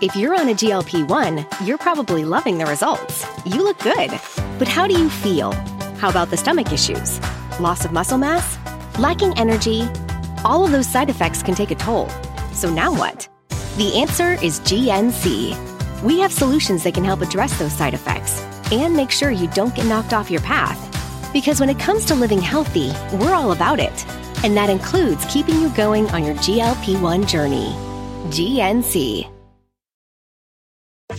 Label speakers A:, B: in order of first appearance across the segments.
A: If you're on a GLP 1, you're probably loving the results. You look good. But how do you feel? How about the stomach issues? Loss of muscle mass? Lacking energy? All of those side effects can take a toll. So now what? The answer is GNC. We have solutions that can help address those side effects and make sure you don't get knocked off your path. Because when it comes to living healthy, we're all about it. And that includes keeping you going on your GLP 1 journey. GNC.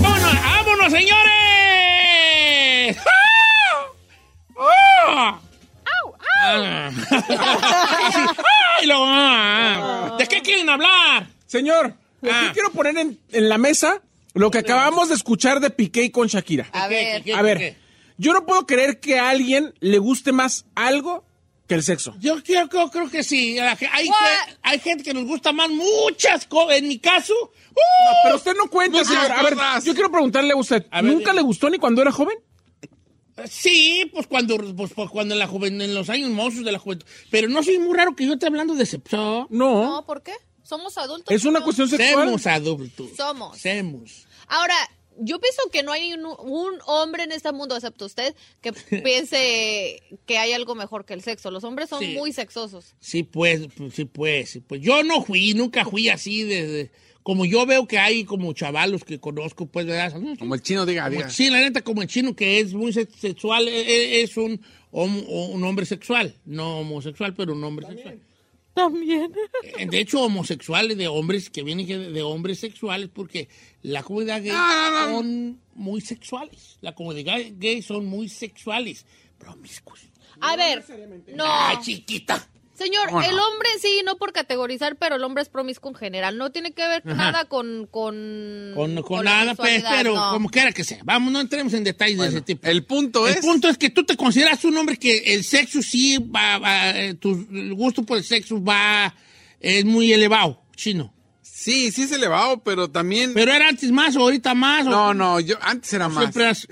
B: ¡Vámonos, vámonos, señores! ¡Ah! ¡Ah! Ah. ¡Ay, lo- ah! ¿De qué quieren hablar?
C: Señor,
B: Ah.
C: aquí quiero poner en, en la mesa lo que acabamos de escuchar de Piqué con Shakira.
D: A ver.
B: Ah, ¿Qué,
C: A
B: qué?
C: ver, yo no puedo creer que a alguien le guste más algo que el sexo.
B: Yo creo, creo, creo que sí. La ge- Hay,
D: What?
B: que- hay gente que nos gusta más muchas cosas. En mi caso, ¡uh!
C: Pero usted no cuenta,
B: Muchas
C: señor. A ver,
B: cosas.
C: yo quiero preguntarle a usted,
B: A ver,
C: ¿nunca
B: dime.
C: le gustó ni cuando era joven?
B: Sí, pues cuando, pues, pues, cuando en, la juven- en los años mozos de la juventud. Pero no soy muy raro que yo esté hablando de sexo.
C: No,
D: No, ¿por qué? Somos adultos.
C: es una
D: señor.
C: cuestión sexual.
B: Semos adultos.
D: Somos.
B: Semos.
D: Ahora, yo pienso que no hay un, un hombre en este mundo, excepto usted, que piense que hay algo mejor que el sexo. Los hombres son
B: Sí.
D: muy sexosos.
B: Sí, pues, pues, sí, pues, sí, pues. Yo no fui, nunca fui así desde. Como yo veo que hay como chavalos que conozco, pues, ¿verdad?
E: Como el chino, diga,
B: Como-
E: diga.
B: sí, la neta, como el chino que es muy se- sexual, e- e- es un, hom- o- un hombre sexual, no homosexual, pero un hombre sexual.
D: También.
B: Eh, De hecho, homosexuales de hombres que vienen que- de hombres sexuales, porque la comunidad gay son muy sexuales. La comunidad gay son muy sexuales, promiscuos.
D: A ver, no.
B: ¡Ay, chiquita!
D: Señor, el hombre sí, no por categorizar, pero el hombre es promiscuo en general. No tiene que ver nada con... Con,
B: Con, con
D: Mm, la
B: nada, pues,
D: sexualidad,
B: pero
D: no.
B: como quiera que sea. Vamos, no entremos en detalles de ese tipo.
E: El punto
B: El
E: es.
B: punto es que tú te consideras un hombre que el sexo sí va, va, eh, tu el gusto por el sexo va, es muy elevado, chino.
E: Sí, sí es elevado, pero también.
B: Pero era antes más, o ahorita más. o-
E: no, no, yo antes era más.
B: Siempre has-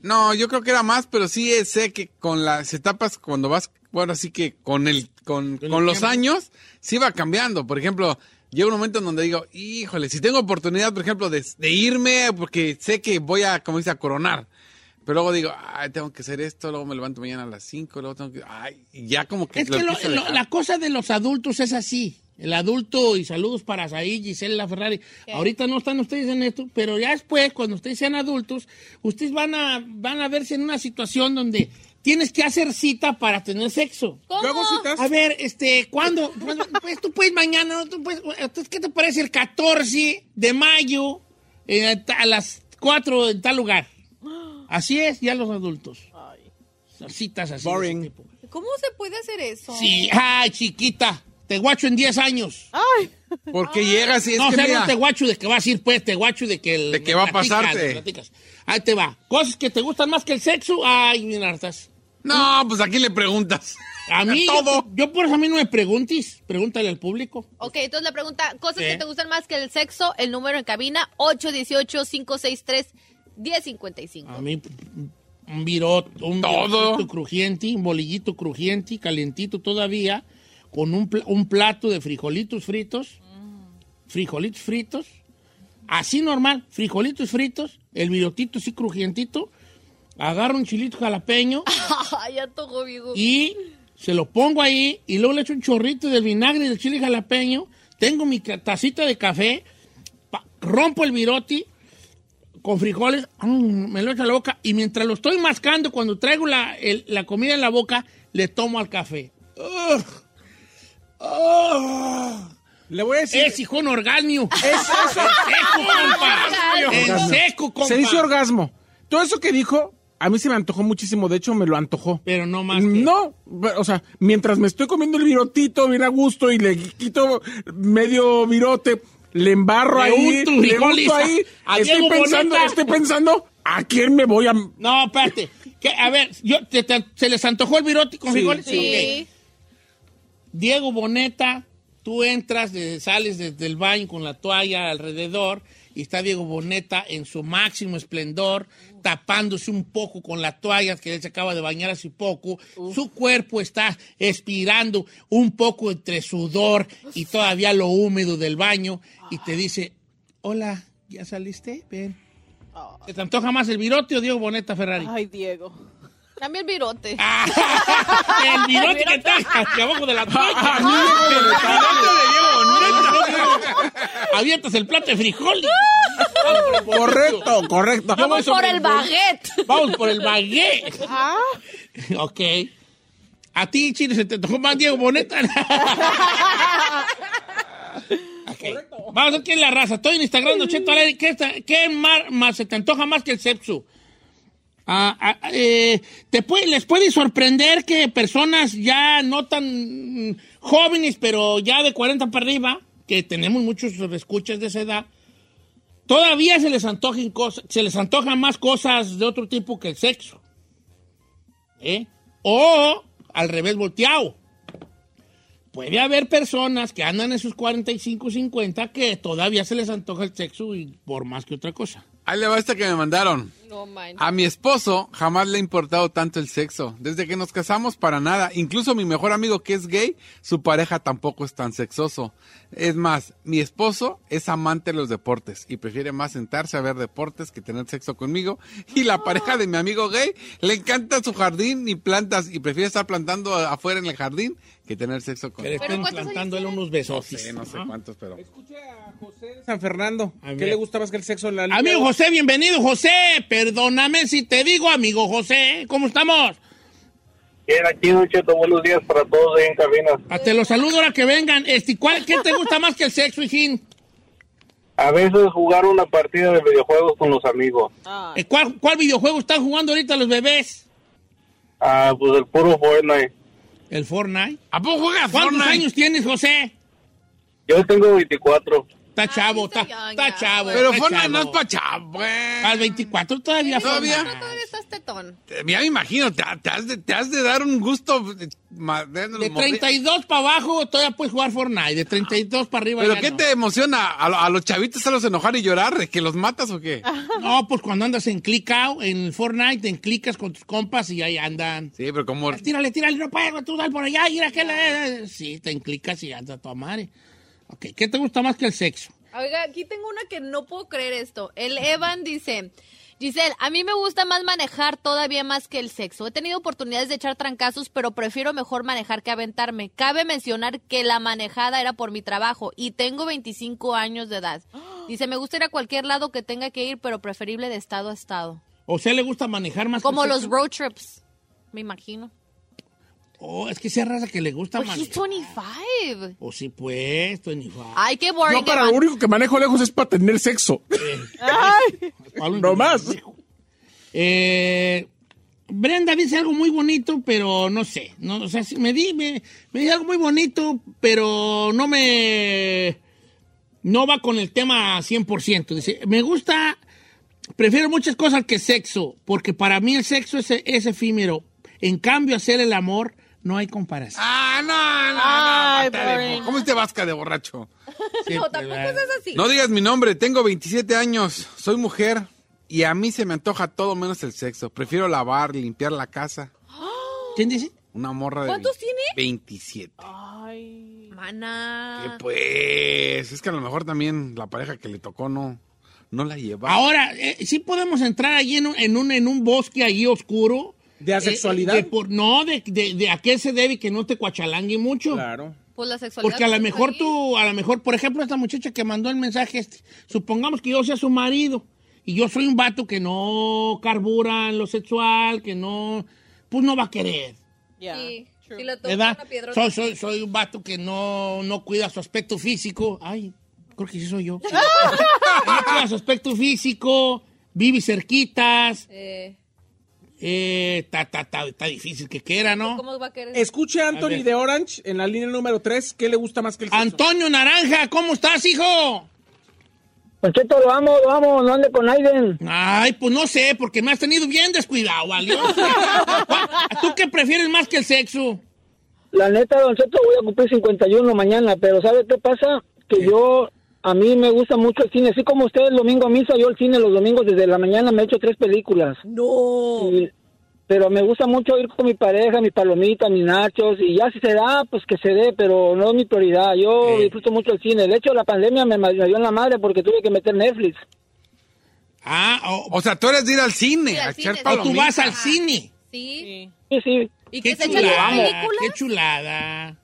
E: No, yo creo que era más, pero sí eh, sé que con las etapas, cuando vas, bueno, así que con el, con,
B: Con el
E: con los
B: tiempo.
E: años, sí va cambiando. Por ejemplo, llega un momento en donde digo, híjole, si tengo oportunidad, por ejemplo, de, de irme, porque sé que voy a, como dice, a coronar. Pero luego digo, ay, tengo que hacer esto, luego me levanto mañana a las 5, luego tengo que, ay, y ya como que
B: Es que lo-
E: empiezo a
B: lo-
E: dejar.
B: la cosa de los adultos es así. El adulto, y saludos para Saí, Gisela Ferrari. Ahorita no están ustedes en esto, pero ya después, cuando ustedes sean adultos, ustedes van a, van a verse en una situación donde tienes que hacer cita para tener sexo.
D: ¿Cómo?
C: Luego citas.
B: A ver, este, ¿cuándo? Pues, pues, tú puedes mañana, ¿no? tú puedes, entonces, ¿qué te parece el 14 de mayo eh, a ta- a las 4 en tal lugar? Así es, ya los adultos. Las citas así. de ese
C: Boring.
B: tipo.
D: ¿Cómo se puede hacer eso?
B: Sí, ay, chiquita, te guacho en 10 años.
E: Porque llegas y Ah. es
B: no, o
E: que
B: sea,
E: mira,
B: no te guacho de que vas a ir, pues, te guacho de que... el-
E: De que va a
B: platicas,
E: pasarte.
B: platicas. Ahí te va. Cosas que te gustan más que el sexo, ay, mira, hartas.
E: no, pues aquí le preguntas.
B: A mí, yo-
E: todo.
B: Yo, por eso a mí no me preguntes, pregúntale al público.
D: Ok, entonces la pregunta, cosas
B: ¿Qué?
D: que te gustan más que el sexo, el número en cabina 818-563-1055.
B: A mí, un virote, un
E: Todo.
B: virotito crujiente, un bolillito crujiente, calientito todavía, con un, pla- un plato de frijolitos fritos, frijolitos fritos, así normal, frijolitos fritos, el virotito así crujientito, agarro un chilito jalapeño
D: Ay, ya tocó, viejo.
B: y se lo pongo ahí y luego le echo un chorrito del vinagre y del chile jalapeño, tengo mi ca- tacita de café, pa- rompo el viroti con frijoles, mm, me lo echo a la boca y mientras lo estoy mascando, cuando traigo la, el- la comida en la boca, le tomo al café. Ugh. Ugh.
C: Le voy a decir.
B: Es hijo orgasmio.
C: Es eso.
B: Es eso, compa. En
C: orgasmo.
B: seco, compa.
C: Se dice orgasmo. Todo eso que dijo, a mí se me antojó muchísimo. De hecho, me lo antojó.
B: Pero no más. que-
C: No, pero, o sea, mientras me estoy comiendo el virotito bien a gusto y le quito medio virote, le embarro
B: Le
C: ahí,
B: unto
C: le
B: frijoles
C: unto ahí,
B: a- a
C: estoy
B: Diego
C: pensando,
B: Boneta.
C: estoy pensando, ¿a quién me voy a...?
B: No, espérate. ¿Qué? A ver, yo, te- te- ¿se les antojó el virote con
C: Sí.
B: frijoles?
D: Sí.
B: Ok. Diego Boneta, tú entras, de- sales desde el baño con la toalla alrededor y está Diego Boneta en su máximo esplendor, tapándose un poco con la toalla que él se acaba de bañar hace poco. Su cuerpo está expirando un poco entre sudor y todavía lo húmedo del baño y te dice, hola, ¿ya saliste? Ven. ¿Se ¿Te antoja más el virote o Diego Boneta Ferrari?
F: Ay, Diego.
D: También virote.
B: Ah, el virote que está hacia abajo de la toalla. Abiertas el plato de frijol.
C: Correcto, correcto.
D: Vamos por el baguette.
B: Vamos por el bagué.
F: Ah,
B: ok. A ti, Chile, se te tocó más Diego Boneta. Ok. Vamos a ver quién es la raza. Estoy en Instagram de 80 dólares. ¿Qué, está- qué mar- más se te antoja más que el sepsu? Ah, ah, ah, eh, te puede- les puede sorprender que personas ya no tan mm, jóvenes, pero ya de 40 para arriba, que tenemos muchos escuchas de esa edad, todavía se les antojen cosas, se les antojan más cosas de otro tipo que el sexo. ¿eh? O al revés volteado. Puede haber personas que andan en sus 45, 50 que todavía se les antoja el sexo y por más que otra cosa.
E: Ahí le va esta que me mandaron.
D: No
B: Ah,
D: manches.
E: A mi esposo jamás le ha importado tanto el sexo. Desde que nos casamos, para nada. Incluso mi mejor amigo que es gay, su pareja tampoco es tan sexoso. Es más, mi esposo es amante de los deportes y prefiere más sentarse a ver deportes que tener sexo conmigo. Y la pareja de mi amigo gay le encanta su jardín y plantas y prefiere estar plantando afuera en el jardín que tener sexo
B: Que le
E: conmigo.
B: estén
D: ¿cuántos años
B: plantándole
D: tiene?
B: unos besos.
E: No sé, no sé cuántos, pero...
C: Escuche a José de San Fernando.
B: A
C: ¿Qué
B: ver.
C: le gusta más que el sexo? La
B: Amigo José, bienvenido, José. Perdóname si te digo, amigo José. ¿Cómo estamos?
G: Bien, aquí, Don Cheto, buenos días para todos ahí en cabina.
B: Ah, Te los saludo ahora que vengan. Este, ¿cuál- ¿Qué te gusta más que el sexo, hijín?
G: A veces jugar una partida de videojuegos con los amigos.
F: ah.
B: Eh, ¿Cuál, ¿Cuál videojuego están jugando ahorita los bebés?
G: Ah, pues el puro Fortnite.
B: El Fortnite.
E: ¿A poco juegas
B: ¿Cuántos
E: Ah, Fortnite?
B: años tienes, José?
G: Yo tengo 24.
B: Está chavo,
D: Ah, está
B: está,
D: young,
B: está
D: ya,
B: chavo.
D: pues.
E: Pero
B: está
E: Fortnite
B: chavo. eh.
E: no es pa' chavo, güey.
B: Al 24 todavía.
E: Todavía.
B: Fortnite.
D: Todavía estás tetón.
E: Te- Eh, Ya me imagino, te, te has de, te has de dar un gusto. eh, ma- de-
B: De
E: mo-
B: 32 para abajo todavía puedes jugar Fortnite. De 32 para arriba.
E: ¿Pero
B: ya
E: qué
B: no.
E: te emociona? ¿A, lo- a los chavitos a los enojar y llorar? ¿De que los matas o qué?
C: Ah.
B: No, pues cuando andas en click out, en Fortnite, en clicas con tus compas y ahí andan.
E: Sí, pero como.
B: Tírale, tírale, no pago, tú dale por allá, ir a que le- Sí, te enclicas y andas a tu madre. Ok, ¿qué te gusta más que el sexo?
D: Oiga, aquí tengo una que no puedo creer esto. El Evan dice, Giselle, a mí me gusta más manejar todavía más que el sexo. He tenido oportunidades de echar trancazos, pero prefiero mejor manejar que aventarme. Cabe mencionar que la manejada era por mi trabajo y tengo 25 años de edad. Dice, me gusta ir a cualquier lado que tenga que ir, pero preferible de estado a estado.
B: ¿O sea, le gusta manejar más que
D: Como
B: el
D: los
B: sexo?
D: road trips, me imagino.
B: Oh, es que esa raza que le gusta
D: Pues he's
B: manejar.
D: 25.
B: O sí, pues, 25.
D: Ay, qué
C: Yo
D: boring.
C: para
D: Evan.
C: lo único que manejo lejos es para tener sexo.
F: Ay.
B: Pablo
C: No más.
B: Eh, Brenda dice algo muy bonito, pero no sé. No, o sea, sí me, di, me, me dice algo muy bonito, pero no me... No va con el tema 100%. Dice, me gusta... Prefiero muchas cosas que sexo, porque para mí el sexo es, es efímero. En cambio, hacer el amor no hay comparación.
E: Ah, no, no, no.
F: Ay,
E: mata de
F: pobre.
E: bo- ¿Cómo te vasca de borracho?
B: Siempre,
D: No, tampoco
B: ¿verdad?
D: es así.
E: No digas mi nombre, tengo 27 años, Pues, soy mujer y a mí se me antoja todo menos el sexo. Prefiero lavar, limpiar la casa.
B: ¿Quién dice?
E: Una morra de.
D: ¿Cuántos
E: 20
D: tiene?
E: 27.
F: Ay.
E: Que
D: Mana.
E: pues, es que a lo mejor también la pareja que le tocó no, no la lleva.
B: Ahora, eh, sí podemos entrar allí en un, en un, en un bosque allí oscuro.
C: ¿De asexualidad?
B: Eh, de por- no, de, de- de a qué se debe que no te cuachalangue mucho.
C: Claro.
D: Pues la sexualidad.
B: Porque a
D: no
B: lo
D: está
B: mejor
D: ahí.
B: tú, a lo mejor, por ejemplo, esta muchacha que mandó el mensaje este, supongamos que yo sea su marido y yo soy un vato que no carbura en lo sexual, que no, pues no va a querer,
F: Ya.
D: Sí,
F: True.
D: sí la toca
B: ¿verdad?
D: una piedrota.
B: Soy, soy, soy un vato que no, no cuida su aspecto físico. Ay, creo que sí soy yo. Mezcla su aspecto físico, vive cerquitas,
D: Eh,
B: eh, ta, ta, ta, está difícil que quiera, ¿no?
D: ¿Cómo va a
B: Eh,
D: querer?
C: Escuche a
B: A
C: Anthony
B: ver.
C: de Orange en la línea número 3. ¿Qué le gusta más que el sexo?
B: Antonio Naranja, ¿cómo estás, hijo?
G: Concheto, lo amo, lo amo, no ande con Aiden.
B: Ay, pues no sé, porque me has tenido bien descuidado, valioso. ¿Tú qué prefieres más que el sexo?
G: La neta, Don Cheto, voy a cumplir 51 mañana, pero ¿sabe qué pasa? Que yo, a mí me gusta mucho el cine. Así como usted el domingo a misa, yo el cine los domingos desde la mañana me he hecho tres películas.
D: No.
G: Y- pero me gusta mucho ir con mi pareja, mis palomitas, mis nachos, y ya si se da, pues que se dé, pero no es mi prioridad. Yo
B: Eh.
F: pues,
G: disfruto mucho el cine. De hecho, la pandemia me, ma- me dio en la madre porque tuve que meter Netflix.
B: Ah, o,
E: O sea, tú eres de ir al cine,
D: Sí, al
E: a echar
D: cine,
B: o tú
E: palomitas.
B: vas al
D: Ajá.
B: cine.
D: Sí.
F: Sí.
G: Sí, sí.
D: ¿Y
B: Qué
D: que se echa la
B: chulada, qué
D: película?
B: chulada.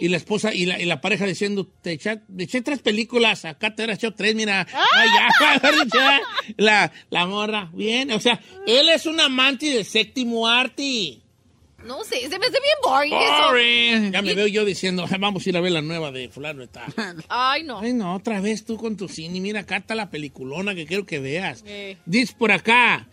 B: Y la esposa y la, y la pareja diciendo, te echa- me eché tres películas, acá te hubieras hecho tres, mira. Ay, ya, ya. la, la morra, bien. O sea, él es un amante del séptimo arte.
D: No sé, se me hace bien boring, eso.
E: Sorry.
B: Ya me veo yo diciendo, "Ay, vamos a ir a ver la nueva de fulano de tal.
D: Ay, no.
B: Ay, no, otra vez tú con tu cine. Mira, acá está la peliculona que quiero que veas.
F: Eh.
B: Dice por acá.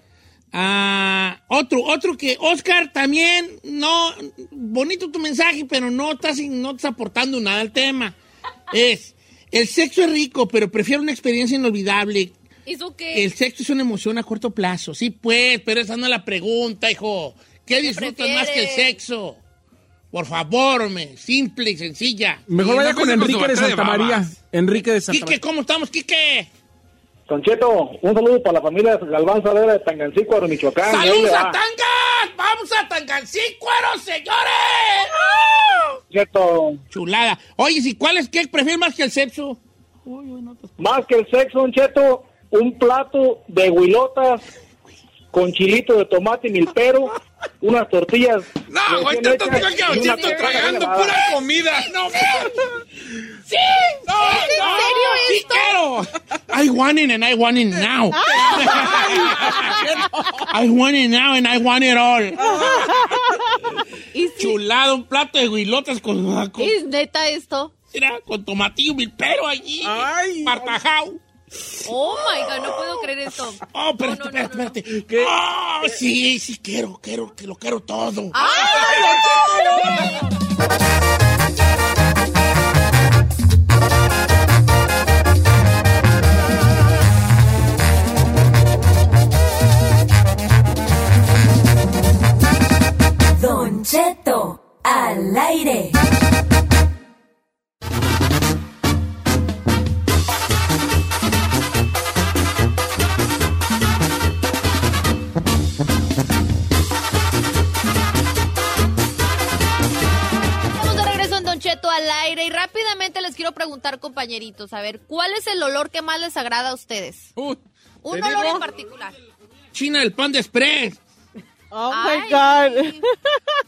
B: Ah, otro, otro que, Oscar, también, no, bonito tu mensaje, pero no estás, no estás aportando nada al tema. Es, el sexo es rico, pero prefiero una experiencia inolvidable.
D: ¿Eso qué?
B: El sexo es una emoción a corto plazo. Sí, pues, pero esa no es la pregunta, hijo. ¿Qué, disfrutas más que el
D: prefieres?
B: sexo? Por favor, hombre, simple y sencilla.
C: Mejor
E: Sí,
C: vaya
E: no
C: con
E: piense con
C: Enrique
E: tu
C: de
E: vaca de
C: Santa
E: babas.
C: María. Enrique de Santa
B: Quique,
C: María.
B: ¿cómo estamos, Quique?
G: Concheto, un saludo para la familia Galván Salera de Tangancico, de Michoacán.
B: ¡Saludos a Tangas! ¡Vamos a Tangancícuaro, señores! ¡Ah!
G: Concheto,
B: Chulada. Oye, ¿y cuál es que prefieres más que el sexo?
G: más que el sexo, Don Cheto, un plato de huilotas con chilito de tomate y milpero, unas tortillas.
E: No, güey,
G: recién
E: tanto
G: hechas
E: tengo que
G: y una
E: ahorita
G: torta
E: estoy tragando
G: rebanada.
E: pura comida. No,
B: ¡Sí! ¡No!
D: ¿Es en
B: no,
D: serio
B: sí
D: esto?
B: quiero! I want it and I want it now.
D: Ah.
B: I want it now and I want it all.
D: ¿Y si-
B: Chulada, un plato de huilotas con, con,
D: ¿Es neta esto?
B: mira, con tomatillo y pero allí.
C: Ay.
B: Partajao.
D: Oh my god, no puedo creer esto.
B: Oh, espérate,
D: No, no, no,
B: espérate,
D: no, no.
B: espérate. Oh, sí, sí quiero, quiero, que lo quiero todo.
D: Ah.
H: Don Cheto, al aire.
D: Estamos de regreso en Don Cheto al aire y rápidamente les quiero preguntar, compañeritos, a ver, ¿cuál es el olor que más les agrada a ustedes?
B: Uh,
D: Un
B: ¿te
D: olor
B: digo?
D: en particular.
B: China, el pan de express.
F: Oh my
D: Ay.
F: God.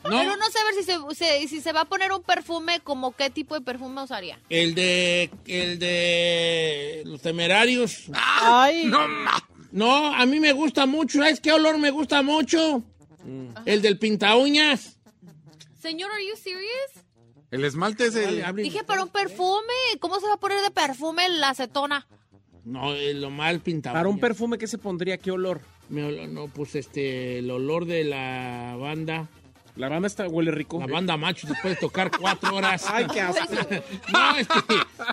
B: No,
D: Pero no saber si se, se- si se va a poner un perfume, como qué tipo de perfume usaría.
B: el de. El de. Los temerarios.
F: Ay.
E: no, ma.
B: No, a mí me gusta mucho. ¿Sabes qué olor me gusta mucho?
D: Mm.
B: El del pinta uñas.
D: Señor, ¿are you serious?
E: El esmalte es el...
D: Dije, pero un perfume. ¿Cómo se va a poner de perfume la acetona?
B: No, eh, lo mal pinta
C: Para un
B: uñas.
C: perfume, ¿qué se pondría? ¿Qué olor?
B: Me ol- No, pues este. El olor de la banda.
C: La banda está, huele rico.
B: La banda macho, después de tocar cuatro horas.
C: Ay, qué asco.
B: No, este,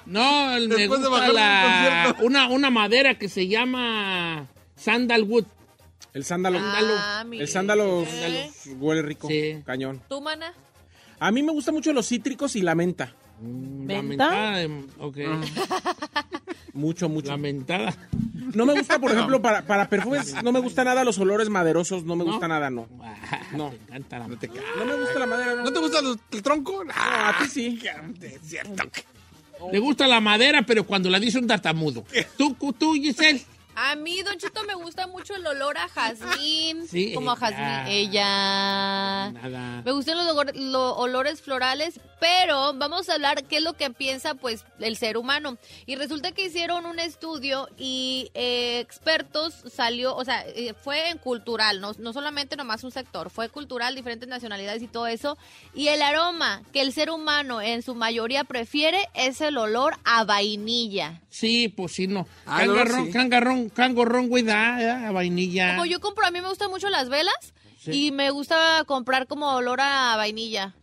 B: no, el- me
E: Después de
B: gusta
E: bajar de un
B: la-
E: concierto.
B: una, una madera que se llama sandalwood.
C: El sándalo.
D: Ah, mire.
C: el sándalo
D: ¿Eh?
C: huele rico.
B: Sí.
C: Cañón.
D: ¿Tú, mana?
C: A mí me gustan mucho los cítricos y la menta.
B: Lamentada. de- ok,
E: Ah.
C: Mucho, mucho.
B: lamentada.
C: No me gusta, por ejemplo, para, para perfumes, no me gusta nada los olores maderosos, no me gusta nada, no.
B: No. Te encanta la manteca.
C: No me gusta la madera, no.
E: ¿No te gusta los- el tronco?
C: Ah, a
E: Ah,
C: ti sí.
E: es cierto.
B: Le gusta la madera, pero cuando la dice un tartamudo. ¿Tú, cu- tú Giselle?
D: A mí, Don Chito, me gusta mucho el olor a jazmín.
B: Sí,
D: Como a jazmín.
F: Ah.
D: Ella.
B: Nada.
D: Me gustan los, olor- lo- olores florales, pero vamos a hablar qué es lo que piensa pues el ser humano. Y resulta que hicieron un estudio y eh, expertos salió, o sea, eh, fue en cultural, no, no solamente nomás un sector, fue cultural, diferentes nacionalidades y todo eso. Y el aroma que el ser humano en su mayoría prefiere es el olor a vainilla.
B: Sí, pues sí, no.
E: Ah,
B: cangarrón,
E: no, sí.
B: cangarrón, cangorrón, güey, da, da, a vainilla.
D: Como yo compro, a mí me gustan mucho las velas
B: Sí.
D: y me gusta comprar como olor a vainilla.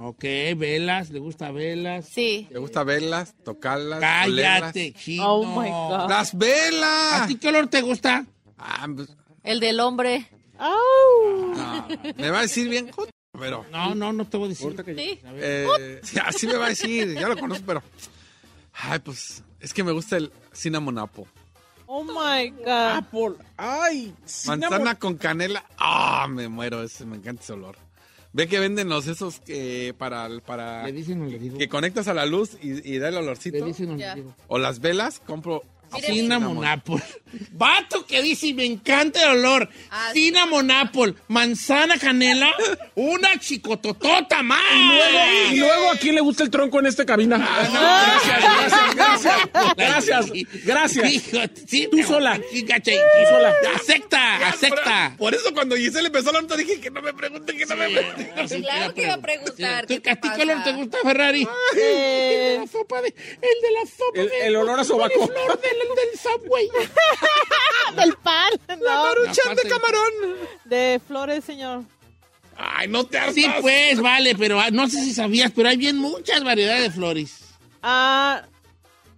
B: Ok, velas, le gusta velas.
D: Sí.
E: ¿Te gusta verlas, tocarlas,
B: Cállate, chino.
F: Oh my God.
E: olerlas? ¡Las
B: ¿A
E: velas!
B: ti qué olor te gusta?
E: Ah, pues,
D: El del hombre.
F: ¡Au!
E: no, me va a decir bien, joder, pero...
B: No, no, no te voy a decir.
D: Sí.
E: Eh, sí, así me va a decir, ya lo conozco, pero... Ay, pues, es que me gusta el cinnamon apple.
F: Oh my God.
C: Apple. Ay, cinnamon.
E: Manzana con canela. ¡Ah, me muero! Ese, me encanta ese olor. Ve que venden los esos que para, para
B: Le dicen o le digo.
E: que conectas a la luz y, y da el
B: Le
E: olorcito.
B: dicen o le
D: Ya.
B: digo.
E: O las velas, compro
D: Miren,
B: Cinnamon apple. Vato que dice, me encanta el olor.
D: Ah, sí.
B: Cinnamon apple, manzana canela, una chicototota más. Ah.
C: Y luego, ¿a quién le gusta el tronco en esta cabina?
E: Ah,
C: Ah.
B: gracias, gracias,
C: Gracias, gracias.
B: sí,
C: Tú
B: me-
C: sola.
B: sí, gacha, tú sola. Acepta,
E: Pero,
B: acepta.
E: Por eso cuando Giselle empezó a hablar, dije que no me pregunte, que no me pregunte.
D: Claro que iba a preguntar.
B: ¿Tú,
D: ¿qué te
B: ¿A ti qué
D: pasa?
B: olor te gusta, Ferrari? El de la sopa de... El de la sopa
C: El-
B: de-
C: el olor a sobaco.
B: El flor del, del subway.
F: Del pan. No,
B: Maruchan de camarón.
F: de flores, señor.
E: Ay, no te hartas.
B: Sí, pues, vale, pero ah, no sé si sabías, pero hay bien muchas variedades de flores.
F: Ah,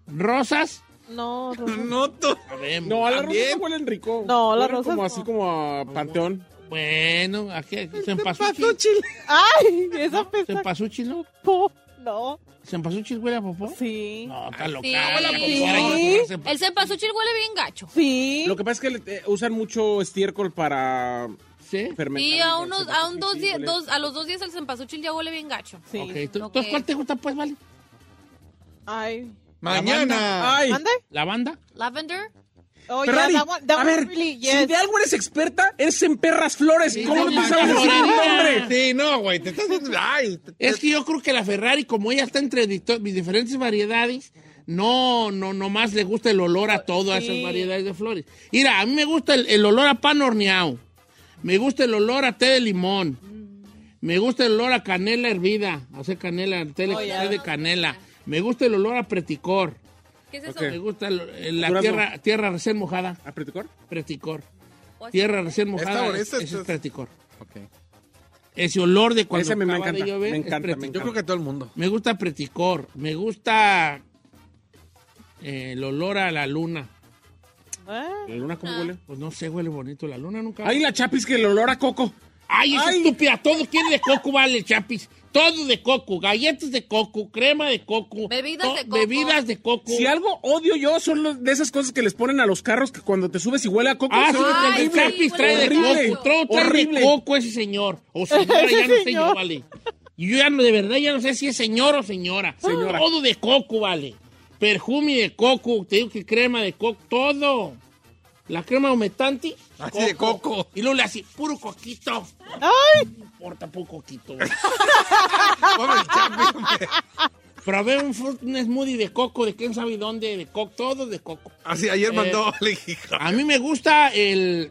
B: Rosas.
F: no. Rosa.
E: No, tú.
B: Sabemos.
C: No, a las
E: También.
C: rosas no huelen rico.
F: No, las
C: Huelen
F: rosas
C: Como
F: no.
C: así como a panteón.
B: Bueno, aquí, aquí se empasó
F: Ay, esa
B: Se
F: pesta.
B: empasó chino.
F: No.
B: Se empasó chino, huele a popó.
F: Sí.
B: No, está loca.
D: Sí.
B: Ah, la popó,
D: Sí.
B: ahí se
D: El cempasúchil huele bien gacho.
F: Sí.
C: Lo que pasa es que eh, usan mucho estiércol para
B: ¿Sí?
C: fermentar.
D: Y
E: ah.
D: a
C: el
D: unos,
C: cempasúchil,
D: a un dos,
C: sí,
D: días-
C: huele.
D: dos- a los dos días el cempasúchil ya huele bien gacho.
F: Sí.
B: Ok, ¿tú-
D: Ok.
B: tú ¿cuál te gusta, pues, vale?
F: Ay.
E: Mañana.
C: Ay,
F: ¿Ande?
B: ¿La banda?
D: Lavender.
F: Oh, yeah,
C: Ferrari,
F: that one, that
C: a
F: one
C: ver,
F: really,
C: si
F: yes.
C: de algo eres experta, eres en perras flores.
B: Sí,
C: ¿Cómo
B: no
C: no te sabes
B: manches,
C: decir el
B: Florida.
C: nombre?
E: Sí, no, güey. Te estás viendo. Ay, te-
B: Es que yo creo que la Ferrari, como ella está entre dito- mis diferentes variedades, no, no, nomás le gusta el olor a todas
F: Sí.
B: esas variedades de flores. Mira, a mí me gusta el, el olor a pan horneado. Me gusta el olor a té de limón. Me gusta el olor a canela hervida. O sea, canela, té de,
F: Oh, ya.
B: té de canela. Me gusta el olor a preticor.
D: ¿Qué es eso?
B: Me gusta el- el- la
C: Durazno.
B: tierra, tierra recién mojada.
C: ¿A preticor?
B: Preticor.
D: O sea,
B: Tierra recién mojada.
E: bonita,
B: es-
E: esta
B: ese es
E: es-
B: preticor.
E: Ok.
B: Ese olor de cuando
C: Ese me- me
B: acaba de
C: encanta,
B: llover
C: me
B: es
C: encanta, me
B: preticor.
E: Yo creo que todo el mundo.
B: Me gusta preticor, me gusta eh, el olor a la luna.
F: Ah,
C: ¿La luna cómo huele?
B: Pues no sé, huele bonito la luna nunca.
C: Ay, la chapis que el olor a coco.
B: Ay, es
C: ay.
B: estúpida, todo tiene de coco, vale, chapis. Todo de coco, galletas de coco, crema de coco.
D: Bebidas
B: to-
D: de coco.
B: Bebidas de coco.
C: Si algo odio yo son los- de esas cosas que les ponen a los carros que cuando te subes y huele a coco.
B: Ah, sí,
C: son
D: Ay,
B: el
C: horribles.
D: horrible,
B: chapis trae de
C: horrible,
B: coco, todo trae
C: horrible.
B: de coco ese señor. O señora, ya no sé yo,
F: señor.
B: vale. Y Yo ya no, de verdad, ya no sé si es señor o señora.
C: Señora.
B: Todo de coco, vale. Perfume de coco, te digo que crema de coco, todo. La crema humectante.
E: Así de coco.
B: Y luego le hace puro coquito.
F: Ay,
B: No importa, puro coquito.
E: Pobre Chapi, hombre.
B: Probé un, fruit- un smoothie de coco, de quién sabe dónde, de coco, todo de coco.
E: Así, ayer mandó. le dije,
B: A mí me gusta el.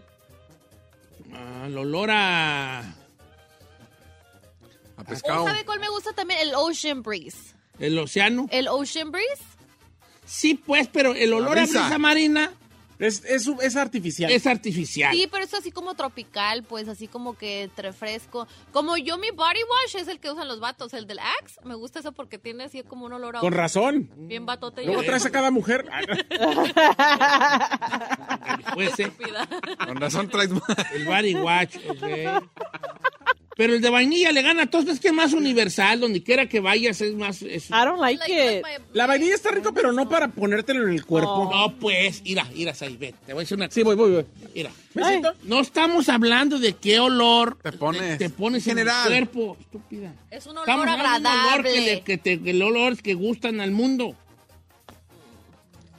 B: ah, el olor a.
E: A
D: ¿O
E: pescado.
D: ¿Sabe cuál me gusta también? El Ocean Breeze.
B: El océano.
D: El Ocean Breeze.
B: Sí, pues, pero el olor
E: brisa.
B: a brisa marina
C: Es, es, es artificial.
B: es artificial.
D: Sí, pero es así como tropical, pues así como que te refresco. Como yo mi body wash es el que usan los vatos, el del Axe. Me gusta eso porque tiene así como un olor a
C: Con razón.
D: bien batote.
C: Luego
D: yo-
C: traes a cada mujer.
B: Pues, eh,
E: Con razón traes
B: el body watch, ok. Pero el de vainilla le gana a todos, es que es más universal, donde quiera que vayas es más... es-
F: I don't like it.
C: La vainilla está rica, pero no para ponértelo en el cuerpo.
B: No, pues, mira, mira, Said, ven, te voy a decir una
C: Sí,
B: cosa.
C: voy, voy, voy.
B: Mira,
C: ¿Me
F: Ay.
C: siento?
B: no estamos hablando de qué olor
E: Te pones.
B: te, te pones
E: En
B: en, el
E: general.
B: cuerpo, estúpida.
D: Es un olor
B: Estamos hablando de un olor
D: agradable.
B: que, le- que te- que el olor que gustan al mundo.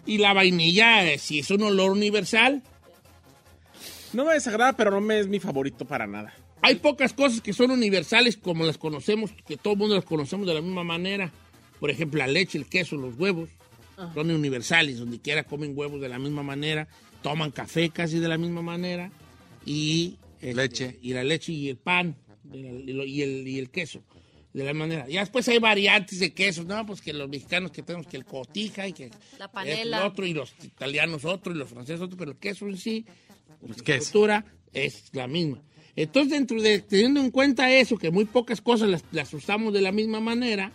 B: Y la vainilla, eh, sí, es un olor universal.
C: No me desagrada, pero no me es mi favorito para nada.
B: Hay pocas cosas que son universales como las conocemos, que todo el mundo las conocemos de la misma manera. Por ejemplo, la leche, el queso, los huevos.
D: Ah.
B: Son universales, donde quiera comen huevos de la misma manera, toman café casi de la misma manera. Y, este,
E: Leche.
B: Y la leche y el pan de la- y, lo- y el, y el queso. De la misma manera. Ya después hay variantes de quesos, ¿no? Pues que los mexicanos que tenemos que el cotija y que esto
D: La
B: y
D: panela.
B: lo otro, y los italianos otro, y los franceses otro, pero el queso en sí, la
E: queso.
B: cultura es la misma. Entonces, dentro de, teniendo en cuenta eso, que muy pocas cosas las, las usamos de la misma manera,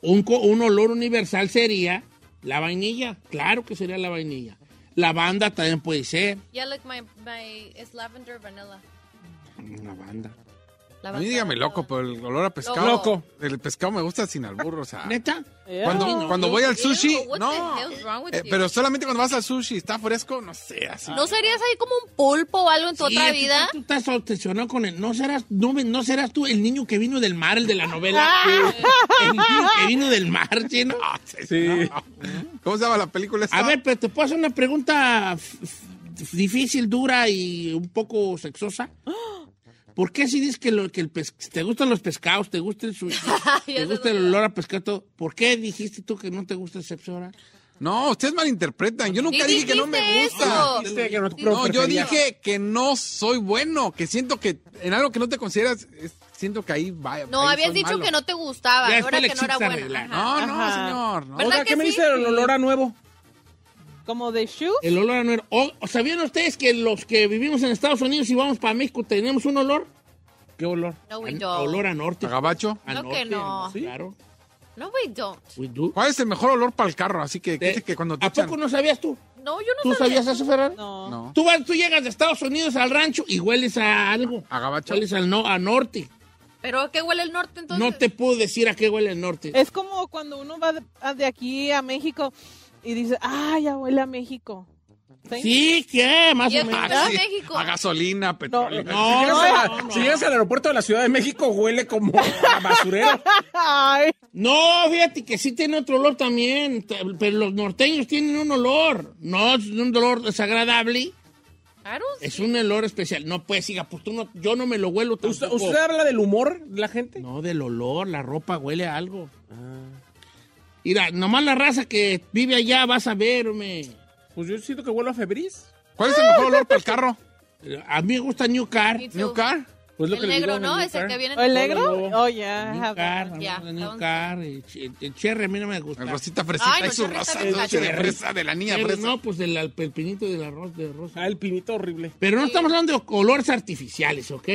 B: un, co- un olor universal sería la vainilla, claro que sería la vainilla. Lavanda también puede ser,
D: Yeah, like my, my, it's lavender vanilla.
B: lavanda.
E: A mí dígame loco,
C: pues,
E: pero el olor a pescado.
D: Loco.
E: El pescado me gusta sin albur, o sea.
B: Ah. ¿Neta?
E: Cuando,
B: No,
E: cuando
B: yo-
E: voy al sushi,
D: Ew, what
E: no.
D: the hell's wrong with
E: Eh,
D: you?
E: pero solamente cuando vas al sushi, está fresco, no sé, así.
D: ¿No serías ahí como un pulpo o algo en tu
B: Sí,
D: otra
B: tú-
D: vida?
B: Tú, estás obsesionado con él. ¿No serás, no, me- no serás tú el niño que vino del mar, el de la novela?
D: Ah.
B: el niño que vino del mar, chino.
C: Sí.
E: ¿Cómo se llama la película
D: Ah.
E: esta?
B: A ver, pero te puedo hacer una pregunta f- f- difícil, dura y un poco sexosa.
D: ¡Ah!
B: ¿Por qué si dices que, lo- que el pes- te gustan los pescados, te gusta el sushi, te
D: sé
B: gusta el olor a pescado, todo, ¿por qué dijiste tú que no te gusta el sexo oral?
E: No, ustedes malinterpretan. Yo nunca
D: Sí
E: dije que no me
D: dijiste
E: gusta.
B: Ah,
D: eso.
C: Dijiste que no, pero
E: No, yo
C: prefería.
E: dije que no soy bueno, que siento que en algo que no te consideras, es- siento que ahí vaya.
D: No, habías dicho que no te gustaba,
B: Ya
D: no era
B: después le
D: que no era
B: existe
D: buena.
B: arreglar.
E: No,
D: Ajá.
E: no,
F: Ajá.
E: señor. no.
D: ¿Verdad
C: Oiga,
D: que
C: ¿qué me
D: sí?
C: dice el olor a nuevo?
F: Como de shoe.
B: El olor a no era- o- o ¿Sabían ustedes que los que vivimos en Estados Unidos y vamos para México tenemos un olor? ¿Qué olor?
D: No, we
B: A-
D: don't.
B: olor a norte.
E: ¿A gabacho?
B: A
D: No
B: norte,
D: que no.
B: ¿sí? Claro.
D: No, we don't.
B: We do.
E: ¿Cuál es el mejor olor para el carro? Así que, dice que cuando te
B: ¿A
E: echan-
B: poco no sabías tú?
D: No, yo no
B: ¿Tú
D: sabía.
B: sabías eso, Ferrari?
F: No.
E: No.
B: Tú, vas- tú llegas de Estados Unidos al rancho y hueles a algo.
C: Ah.
E: ¿A gabacho?
B: Hueles al no, a norte.
D: ¿Pero a qué huele el norte entonces?
B: No te puedo decir a qué huele el norte.
F: Es como cuando uno va de, a- de aquí a México y dice, ah, ya huele a México.
B: Sí, ¿qué? Más
D: Y
B: o
D: el
B: menos.
D: ¿Verdad?
E: Ah, Sí,
D: México.
E: A gasolina, petróleo.
C: Si
B: No,
C: llegas,
B: no,
C: a-
B: no, no.
C: si llegas al aeropuerto de la Ciudad de México, huele como a basurero.
F: Ay,
B: No, fíjate que sí tiene otro olor también. t- Pero los norteños tienen un olor. No, es un olor desagradable.
D: I don't
B: Es un olor especial. No, pues, siga, pues tú no, yo no me lo huelo
C: ¿Usted,
B: tampoco.
C: usted habla del humor de la gente?
B: No, del olor, la ropa huele a algo. Mira, nomás la raza que vive allá vas a verme.
C: Pues yo siento que huelo a febris.
E: ¿Cuál es el mejor olor para el carro?
B: A mí me gusta New Car.
D: need to-
E: ¿New car?
C: Pues lo
D: El
C: que le digo
D: negro,
C: a mi
D: ¿no?
C: New
D: Es el
C: Car.
D: que viene.
F: ¿o ¿el negro?
C: Hello.
F: Oh, yeah. I
B: New
F: have that
B: Car,
F: one.
B: vamos
D: Ya,
B: a New
D: entonces.
B: Car. El, ch- el cherry a mí no me gusta.
E: El rosita fresita
D: Ay, no,
E: y su
D: esa
E: rosa.
D: reta
E: dulce de
B: reta.
E: fresa de la niña
B: Cherry,
E: fresa.
B: no, pues del al- el pinito del arroz de rosa.
C: Ah, el pinito horrible.
B: Pero no estamos hablando de olores artificiales, ¿ok?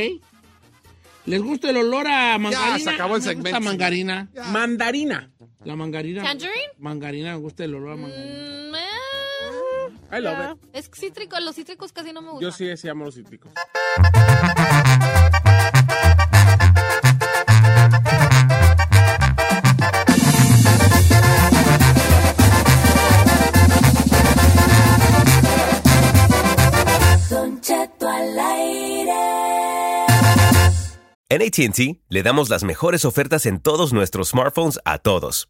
B: ¿Les gusta el olor a mangarina?
E: se acabó el
B: A mí me gusta
E: segmento.
B: mangarina.
C: Mandarina.
B: La mangarina.
D: ¿Tangerine?
B: Mangarina, me gusta el olor a mangarina.
D: Mm, ah,
C: I love it.
D: Es cítrico, los cítricos casi no me gustan.
C: Yo sí, sí amo los cítricos.
H: Don Cheto al aire.
I: En ATT le damos las mejores ofertas en todos nuestros smartphones a todos.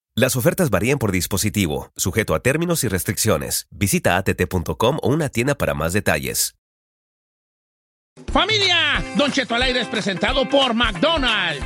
I: Las ofertas varían por dispositivo, sujeto a términos y restricciones. Visita att.com o una tienda para más detalles.
B: ¡Familia! Don Cheto al aire es presentado por McDonald's.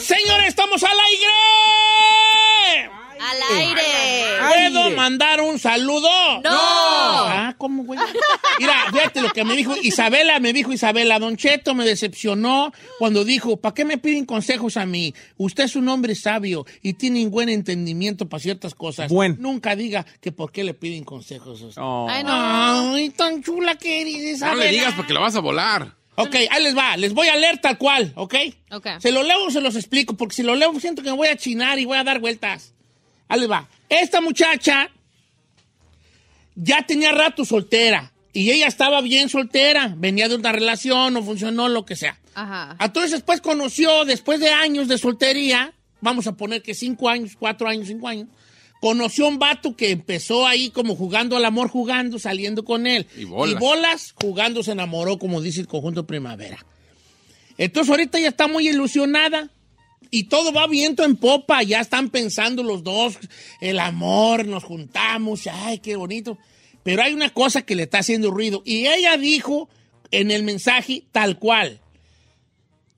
B: Señores mandar un saludo?
D: ¡No!
B: Ah, ¿cómo, güey? Mira, fíjate lo que me dijo Isabela, me dijo Isabela, Don Cheto me decepcionó cuando dijo, ¿para qué me piden consejos a mí? Usted es un hombre sabio y tiene un buen entendimiento para ciertas cosas.
C: Buen.
B: Nunca diga que por qué le piden consejos a usted.
D: Ay,
B: Ah.
D: no.
B: Ay, tan chula que eres,
E: No
B: Isabela.
E: le digas porque lo vas a volar.
B: Ok, ahí les va, les voy a leer tal cual, ¿ok?
D: Ok.
B: Se lo leo o se los explico, porque si lo leo siento que me voy a chinar y voy a dar vueltas. Ahí les va. Esta muchacha ya tenía rato soltera y ella estaba bien soltera, venía de una relación, no funcionó, lo que sea.
D: Ajá.
B: Entonces después conoció, después de años de soltería, vamos a poner que cinco años, cuatro años, cinco años, conoció a un vato que empezó ahí como jugando al amor, jugando, saliendo con él.
E: Y bolas.
B: jugando se enamoró, como dice el conjunto Primavera. Entonces ahorita ya está muy ilusionada. Y todo va viento en popa, ya están pensando los dos, el amor, nos juntamos, ay, qué bonito. Pero hay una cosa que le está haciendo ruido. Y ella dijo en el mensaje tal cual,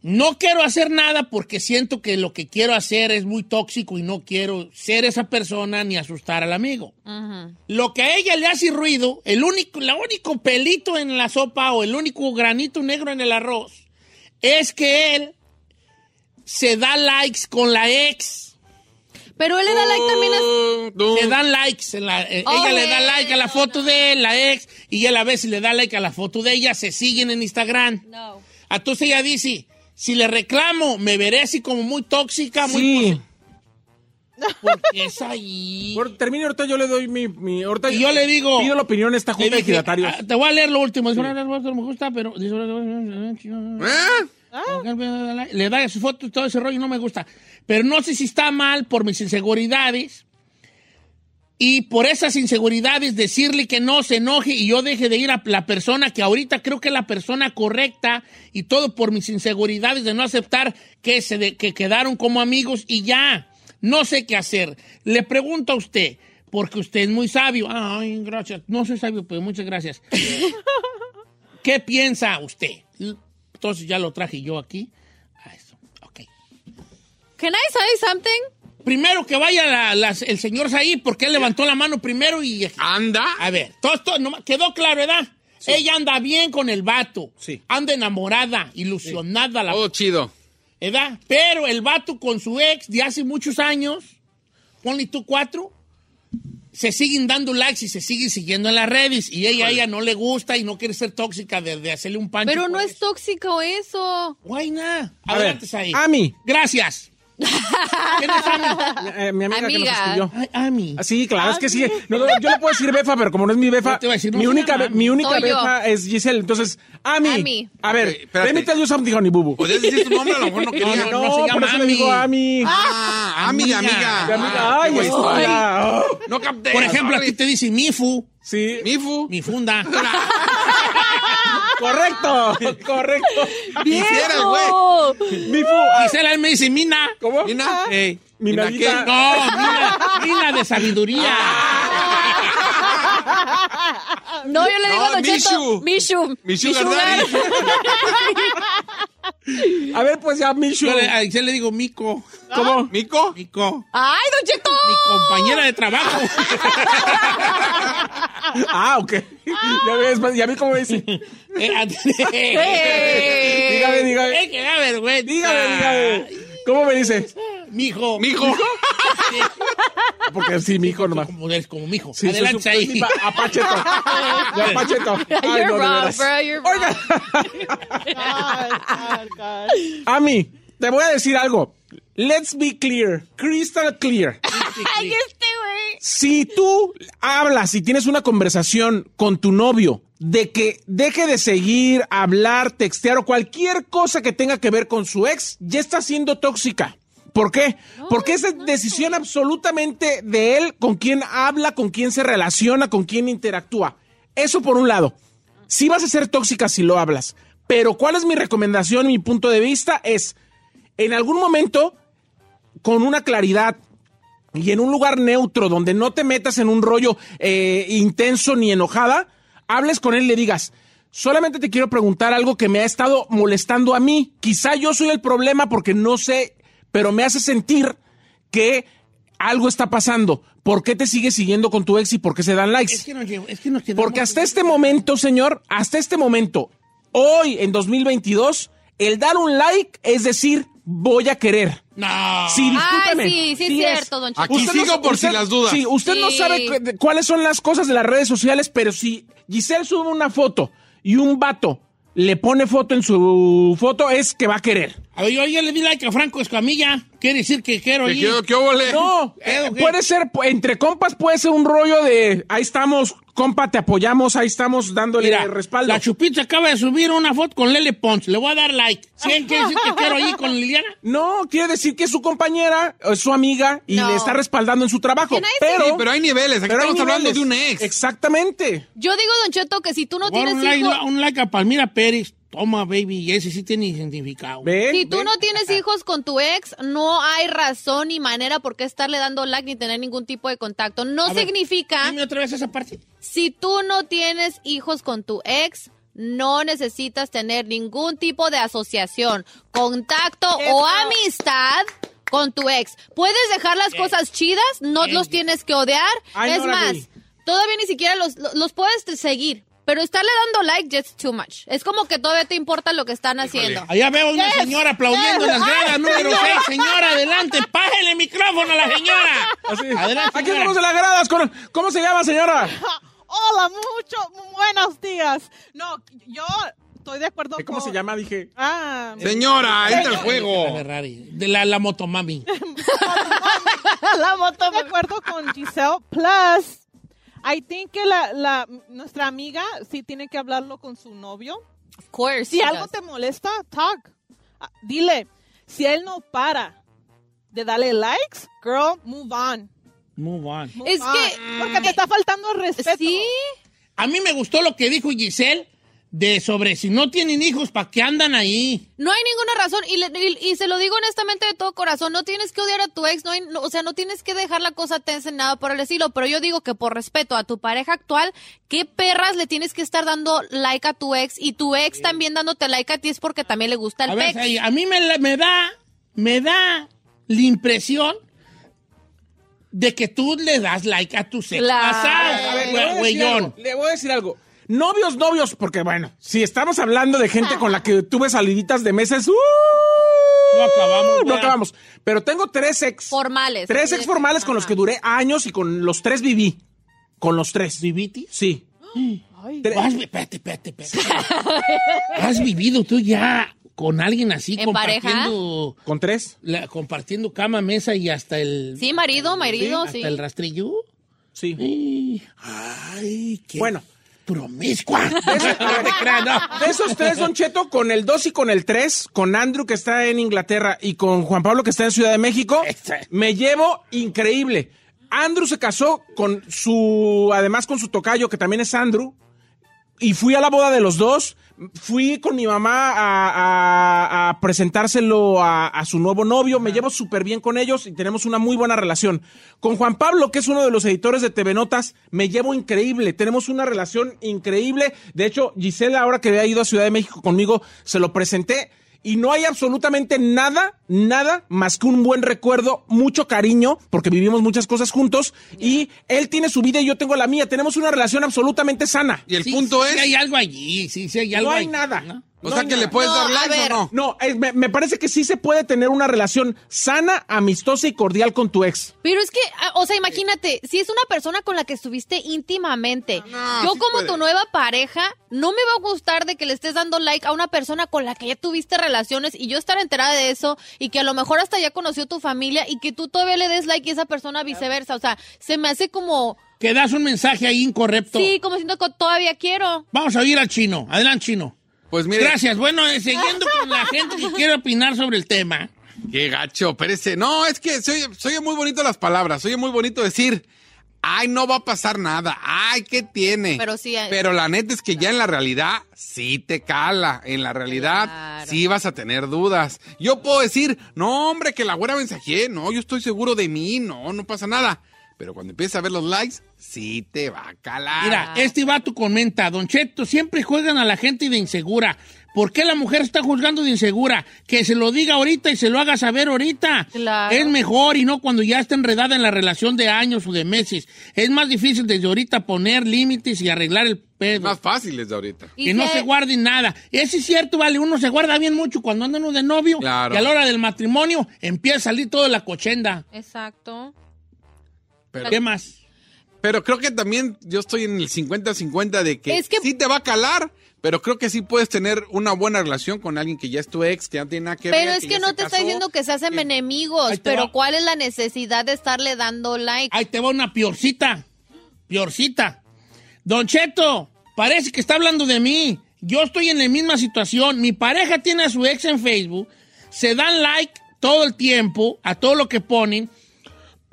B: no quiero hacer nada porque siento que lo que quiero hacer es muy tóxico y no quiero ser esa persona ni asustar al amigo.
D: Ujú.
B: Lo que a ella le hace ruido, el único, la único pelito en la sopa o el único granito negro en el arroz, es que él se da likes con la ex.
D: Pero él le da like también a...
B: Se dan likes. en la- eh,
D: Oh,
B: ella le da
D: no,
B: like a la
D: no,
B: foto de él, la ex, y él a veces le da like a la foto de ella, se siguen en Instagram.
D: No.
B: Entonces ella dice, si le reclamo, me veré así como muy tóxica, muy...
C: Sí.
B: Porque es ahí.
C: Por- termine ahorita, yo le doy mi. mi ahorita
B: Y yo le digo-
C: Pido la opinión a esta
B: Le
C: junta de
B: dije,
C: ejidatarios.
B: "Ah, te voy a leer lo último. Dice, "Bueno, no me gusta, pero... dice,
E: ¿Eh?
B: Le da sus fotos, todo ese rollo, no me gusta. Pero no sé si está mal por mis inseguridades. Y por esas inseguridades decirle que no se enoje y yo deje de ir a la persona que ahorita creo que es la persona correcta y todo por mis inseguridades de no aceptar que se de- que quedaron como amigos y ya no sé qué hacer. Le pregunto a usted porque usted es muy sabio. Ay, gracias. No soy sabio, pero muchas gracias. ¿Qué piensa usted? Entonces ya lo traje yo aquí. Ah, eso. Ok.
D: Can I say something?
B: Primero que vaya la- las- el señor Saí, porque él levantó la mano primero y...
C: "Ah,
E: Anda.
B: A ver, todo esto nomás- quedó claro, ¿verdad? Ella anda bien con el vato.
C: Sí.
B: Anda enamorada, ilusionada, la
E: Todo chido.
B: ¿verdad? Pero el vato con su ex de hace muchos años, ponle tú cuatro, se siguen dando likes y se siguen siguiendo en las redes. Y ella, ella no le gusta y no quiere ser tóxica de, de hacerle un pancho.
D: Pero
B: por
D: no
B: eso.
D: es tóxico eso.
B: Guay, na.
C: A ver,
B: Adelante, ahí.
C: Ami.
B: Gracias. ¿Quién es Ami?
C: Eh, mi amiga, que
D: Amiga.
C: nos escribió.
B: Ay, Ami.
C: Ah, sí, claro, es que sí. No, no, yo le puedo decir befa, pero como no es mi befa,
B: Yo te iba a decir, no
C: mi,
B: se
C: única,
B: llama
C: be- mi
B: Ami.
C: única
D: Soy yo.
C: befa es Giselle. Entonces, Ami.
D: Ami.
C: A ver,
E: Ok, espérate.
C: permítale yo something, honey, bubu.
E: ¿Podrías decir tu nombre? A lo mejor no
B: Pues, No,
E: quería.
B: no, no, se
C: por
B: llama
C: eso le digo
B: Ami.
C: Ami.
E: Ah, amiga, amiga.
C: Mi amiga,
E: Ah,
C: ay,
E: qué güey,
C: estoy- ah, oh.
E: No capté.
B: Por ejemplo,
E: sorry.
B: aquí te dice Mifu,
C: Sí,
E: Mifu.
B: mi funda.
C: correcto, correcto.
E: Quisieras, Eh, güey.
D: ¡Viejo!
C: Mifu, ah,
B: Gisela, él me dice Mina.
C: ¿cómo?
E: Mina.
B: Ey.
C: Mi
E: Mira
C: nalguita.
E: qué-
B: No, Mina, Mina de sabiduría.
E: Ah.
D: No, yo le digo
E: No,
D: a Don Cheto. Mishu.
E: Mi sugar
D: sugar.
E: daddy.
C: A ver, pues ya, Michu.
B: Yo le, a Gisela le digo Mico.
C: ¿Cómo?
E: Mico.
B: Mico.
D: ¡Ay, Don Cheto!
B: Mi compañera de trabajo.
C: Ah, ok. Ya ves, pues, ya vi cómo dice.
D: Eh.
B: Eh,
E: Eh.
B: Dígame,
C: Dígame, dígame.
B: Eh, que da vergüenza.
C: Dígame, dígame. ¿Cómo me dice? Ah,
B: Mijo.
E: Mijo.
B: Sí,
C: Porque sí, mi hijo nomás.
B: Como, eres como mijo.
C: Sí, soy
B: Adelante
C: su-
B: ahí.
C: soy mi pa- Apacheto. Ya, Apacheto. Ay, no, de
D: You're wrong,
C: veras.
D: bro. You're wrong.
C: Oiga,
F: Ay, ay, ay.
C: Ami, te voy a decir algo. Let's be clear, crystal clear.
D: ¡Ay, este güey!
C: Si tú hablas y tienes una conversación con tu novio de que deje de seguir, hablar, textear o cualquier cosa que tenga que ver con su ex, ya está siendo tóxica. ¿Por qué? Porque es decisión absolutamente de él con quién habla, con quién se relaciona, con quién interactúa. Eso por un lado. Sí vas a ser tóxica si lo hablas. Pero ¿cuál es mi recomendación, mi punto de vista? Es, en algún momento, con una claridad, y en un lugar neutro donde no te metas en un rollo eh, intenso ni enojada, hables con él y le digas, solamente te quiero preguntar algo que me ha estado molestando a mí. Quizá yo soy el problema porque no sé, pero me hace sentir que algo está pasando. ¿Por qué te sigues siguiendo con tu ex y por qué se dan likes?
B: Es que nos llevo- es que nos tenemos-
C: Porque hasta este momento, señor, hasta este momento, hoy en 2022, el dar un like es decir, voy a querer.
B: No.
C: Sí, discúlpeme.
D: Ay, sí, sí, es
C: es.
D: cierto, don Cheto.
E: Aquí
C: Usted
E: sigo por
C: usted-
E: si las dudas.
C: Sí, usted no
D: Sí.
C: sabe cu- cuáles son las cosas de las redes sociales, pero si Giselle sube una foto y un vato le pone foto en su foto, es que va a querer.
B: A ver, yo ya le di like a Franco Escamilla. Quiere decir que quiero
E: ¿Qué,
B: ir.
E: qué- qué óvole?
C: No,
B: Eh,
C: eh,
B: ok.
C: puede ser, pu- entre compas puede ser un rollo de, ahí estamos, compa, te apoyamos, ahí estamos dándole
B: Mira,
C: respaldo.
B: la Chupita acaba de subir una foto con Lele Pons. Le voy a dar like. ¿Sí? ¿Quiere decir que quiero ir con Liliana?
C: No, quiere decir que es su compañera, es su amiga y
D: No.
C: le está respaldando en su trabajo.
D: Que nadie se-
C: Pero,
E: Sí, pero hay niveles. Aquí
C: pero hay
E: estamos hablando
C: niveles.
E: de un ex.
C: Exactamente.
D: Yo digo, don Cheto, que si tú no
B: Voy a dar
D: tienes
B: un, like,
D: hijos,
B: un like a Palmira Pérez. Toma, baby. Y ese sí tiene identificado.
C: ¿Ve?
D: si tú
C: ¿Ve?
D: no tienes hijos con tu ex, no hay razón ni manera por qué estarle dando like ni tener ningún tipo de contacto. No
B: A ver,
D: significa
B: Dime otra vez esa parte.
D: Si tú no tienes hijos con tu ex, no necesitas tener ningún tipo de asociación, contacto o amistad con tu ex. Puedes dejar las cosas chidas, no los tienes que odiar.
C: Ay,
D: es
C: no la
D: más,
C: vi.
D: todavía ni siquiera los, lo- los puedes seguir. Pero estarle dando like just too much. Es como que todavía te importa lo que están haciendo.
B: Allá veo a una señora aplaudiendo en las gradas número 6. Señora, adelante. Pájale el micrófono a la señora.
C: Así.
B: Adelante.
C: Aquí
B: señora.
C: estamos en las gradas. con- ¿Cómo se llama, señora?
F: Hola, mucho, buenos días. No, yo estoy de acuerdo
C: Eh, ¿Cómo
F: con-
C: se llama? Dije.
F: Ah,
E: Señora, ahí está el
B: La
E: juego.
B: Ferrari. De la, la motomami.
F: la moto. Estoy de acuerdo con Giselle. Plus, I think que la, la, nuestra amiga sí tiene que hablarlo con su novio.
D: Of course.
F: Si
D: she
F: algo
D: does.
F: te molesta, talk. Ah, Dile, si él no para de darle likes, girl, move on.
B: Move on.
F: Move
D: Es
F: on.
D: que-
F: Porque te está faltando el respeto.
D: Sí.
B: A mí me gustó lo que dijo Giselle de sobre si no tienen hijos, ¿para qué andan ahí?
D: No hay ninguna razón, y, le- y- y se lo digo honestamente de todo corazón, no tienes que odiar a tu ex, no hay- no- o sea, no tienes que dejar la cosa tensa en nada por el estilo, pero yo digo que por respeto a tu pareja actual, ¿qué perras le tienes que estar dando like a tu ex? Y tu ex también dándote like a ti es porque también le gusta
B: A
D: el
B: ver,
D: pex.
B: ahí, a mí me, la- me da, me da la impresión de que tú le das like a tu sexo
D: Claro.
C: A ver,
B: pasado,
C: le voy a
B: güey-
C: decir
B: güeyón.
C: algo, Le voy a decir algo. Novios, novios, porque bueno, si estamos hablando de gente con la que tuve saliditas de meses, ¡uh!
B: No acabamos,
C: No
B: güey.
C: acabamos. Pero tengo tres ex.
D: Formales.
C: Tres
D: así
C: ex
D: de-
C: formales con los que duré años y con los tres viví. Con los tres.
B: ¿Viviti?
C: Sí. Tre-
B: Has, vi- espérate, espérate, espérate. ¿Has vivido tú ya con alguien así
D: ¿En
B: compartiendo,
C: ¿Con tres?
B: la- compartiendo cama, mesa y hasta el,
D: Sí, marido, marido,
B: hasta
D: sí.
B: el rastrillo?
C: Sí.
B: Ay, qué
C: Bueno.
B: promiscua. No te creas, no.
C: De esos tres, Don Cheto, con el dos y con el tres, con Andrew que está en Inglaterra y con Juan Pablo que está en Ciudad de México,
B: Este.
C: me llevo increíble. Andrew se casó con su, además con su tocayo, que también es Andrew, y fui a la boda de los dos. Fui con mi mamá a, a- a presentárselo a, a su nuevo novio. Me llevo súper bien con ellos y tenemos una muy buena relación. Con Juan Pablo, que es uno de los editores de TV Notas, me llevo increíble. Tenemos una relación increíble. De hecho, Gisela, ahora que había ido a Ciudad de México conmigo, se lo presenté. Y no hay absolutamente nada, nada más que un buen recuerdo, mucho cariño, porque vivimos muchas cosas juntos. Y él tiene su vida y yo tengo la mía. Tenemos una relación absolutamente sana.
E: Y el
B: Sí,
E: punto
B: sí,
E: es,
B: sí hay algo allí, sí, sí hay algo
C: No hay
B: allí,
C: nada.
B: ¿no?
E: o
C: no
E: sea,
C: hay
E: que le
C: nada.
E: puedes
D: No,
E: dar
D: a
E: like o
D: ver.
E: no.
C: No, eh, me, me parece que sí se puede tener una relación sana, amistosa y cordial con tu ex.
D: Pero es que, ah, o sea, imagínate, si es una persona con la que estuviste íntimamente,
E: No,
D: yo
E: sí
D: como
E: puede.
D: tu nueva pareja, no me va a gustar de que le estés dando like a una persona con la que ya tuviste relaciones y yo estar enterada de eso y que a lo mejor hasta ya conoció tu familia y que tú todavía le des like y esa persona viceversa. O sea, se me hace como,
B: Que das un mensaje ahí incorrecto.
D: sí, como siento que todavía quiero.
B: Vamos a oír al chino. Adelante, chino.
E: Pues mire,
B: Gracias. Bueno, eh, siguiendo con la gente que quiere opinar sobre el tema.
E: qué gacho, parece. No, es que soy soy muy bonito las palabras, soy muy bonito decir, ay, no va a pasar nada, ay, ¿qué tiene?
D: Pero sí, eh,
E: Pero la neta es que ya en la realidad sí te cala, en la realidad
D: Claro.
E: sí vas a tener dudas. Yo puedo decir, no, hombre, que la güera mensajé, no, yo estoy seguro de mí, no, no pasa nada. Pero cuando empiezas a ver los likes, sí te va a calar.
D: Ah.
B: Mira, este vato comenta, Don Cheto, siempre juegan a la gente de insegura. ¿Por qué la mujer está juzgando de insegura? Que se lo diga ahorita y se lo haga saber ahorita.
D: Claro.
B: Es mejor y no cuando ya está enredada en la relación de años o de meses. Es más difícil desde ahorita poner límites y arreglar el
E: Es
B: pedo.
E: más fácil desde ahorita.
D: Y
B: que no
D: se-
B: se guarde nada. Eso es cierto, vale, uno se guarda bien mucho cuando anda uno de novio
E: Claro.
B: y a la hora del matrimonio empieza a salir toda la cochenda.
D: Exacto.
E: Pero,
B: ¿Qué más?
E: pero creo que también yo estoy en el 50-50 de que,
D: Es que-
E: sí te va a calar, pero creo que sí puedes tener una buena relación con alguien que ya es tu ex, que ya no tiene nada que ver.
D: Pero es que
E: ya
D: no
E: se
D: te está
E: casó.
D: diciendo que se hacen
E: que-
D: enemigos,
B: Ahí te
D: pero
B: va.
D: ¿cuál es la necesidad de estarle dando like?
B: Ahí te va una piorcita. Piorcita. Don Cheto, parece que está hablando de mí. Yo estoy en la misma situación. Mi pareja tiene a su ex en Facebook. Se dan like todo el tiempo a todo lo que ponen.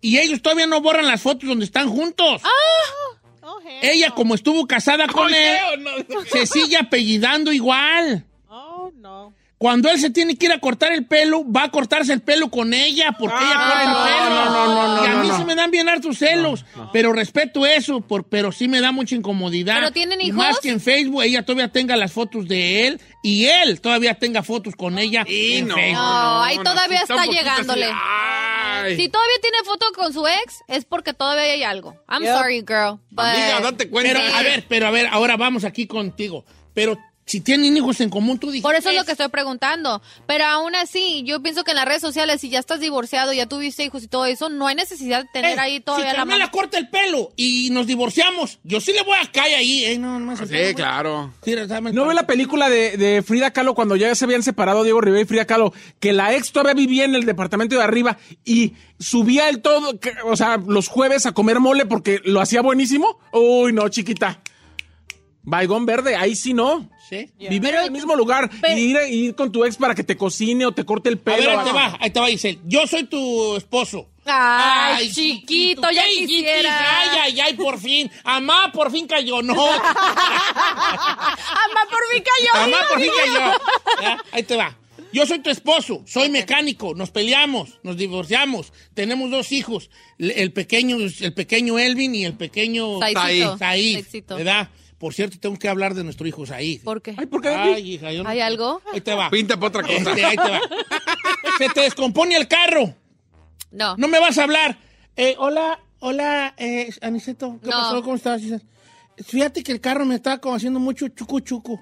B: y ellos todavía no borran las fotos donde están juntos.
F: Oh, hell
B: Ella,
F: no.
B: como estuvo casada con él, se sigue apellidando igual.
F: Oh, no.
B: Cuando él se tiene que ir a cortar el pelo, va a cortarse el pelo con ella porque ella corta
E: Ah, no,
B: el pelo.
E: no, no, no,
B: y a
E: no,
B: mí
E: no.
B: se me dan bien hartos celos, pero respeto eso, por, pero sí me da mucha incomodidad.
D: ¿Pero tienen
B: Y
D: hijos?
B: más que en Facebook ella todavía tenga las fotos de él y él todavía tenga fotos con ella
E: Sí,
B: en
E: no,
B: Facebook.
D: No, ahí todavía
E: sí
D: está
E: un poquito
D: llegándole.
E: así, ay.
D: Si todavía tiene foto con su ex, es porque todavía hay algo. I'm
F: Yep.
D: sorry, girl. but-
E: Amiga, date cuenta.
B: Pero a ver, pero a ver, ahora vamos aquí contigo. Pero si tienen hijos en común, tú dijiste.
D: Por eso es lo que estoy preguntando. Pero aún así, yo pienso que en las redes sociales, si ya estás divorciado, ya tuviste hijos y todo eso, no hay necesidad de tener
B: Eh,
D: ahí todavía
B: si
D: la
B: Carmela
D: mano.
B: corta el pelo y nos divorciamos, yo sí le voy a caer ahí. eh, no, nomás el pelo,
E: Ah, Sí,
B: güey.
E: claro.
B: Tira, dame el
C: ¿No ve
B: pelo.
C: la película de, de Frida Kahlo cuando ya se habían separado Diego Rivera y Frida Kahlo? Que la ex todavía vivía en el departamento de arriba y subía el todo, que- o sea, los jueves a comer mole porque lo hacía buenísimo. Uy, no, chiquita. Baigón verde, ahí sí no.
B: Sí.
C: Vivir en el mismo lugar
D: pero-
C: y ir, y ir con tu ex para que te cocine o te corte el pelo.
B: a ver, ahí te
C: algo.
B: va, ahí te va, Giselle. Yo soy tu esposo.
D: Ay, chiquito, ya
B: ¿qué hiciste?
D: quisiera.
B: Ay, ay, ay, por fin. Amá, por fin cayó. No,
D: ¡Ah, ma, por mí cayó!
B: amá,
D: Dios
B: por fin
D: mío.
B: cayó. Ya, Ahí te va. Yo soy tu esposo, soy mecánico, nos peleamos, nos divorciamos, tenemos dos hijos, le- el pequeño, el pequeño Elvin y el pequeño
D: Saícito.
B: Saí,
D: Saícito.
B: ¿verdad? Por cierto, tengo que hablar de nuestro hijo Saí.
D: ¿Por qué?
C: Ay, ¿por qué?
B: Ay, hija, yo no-
D: ¿Hay algo?
B: Ahí te va.
E: Pinta para otra cosa.
B: Este, ahí te va. Se te descompone el carro.
D: No.
B: No me vas a hablar. Eh, hola, hola, eh, Aniceto. ¿Qué
D: No.
B: pasó? ¿Cómo estás? Dice, Fíjate que el carro me está como haciendo mucho chucu chucu.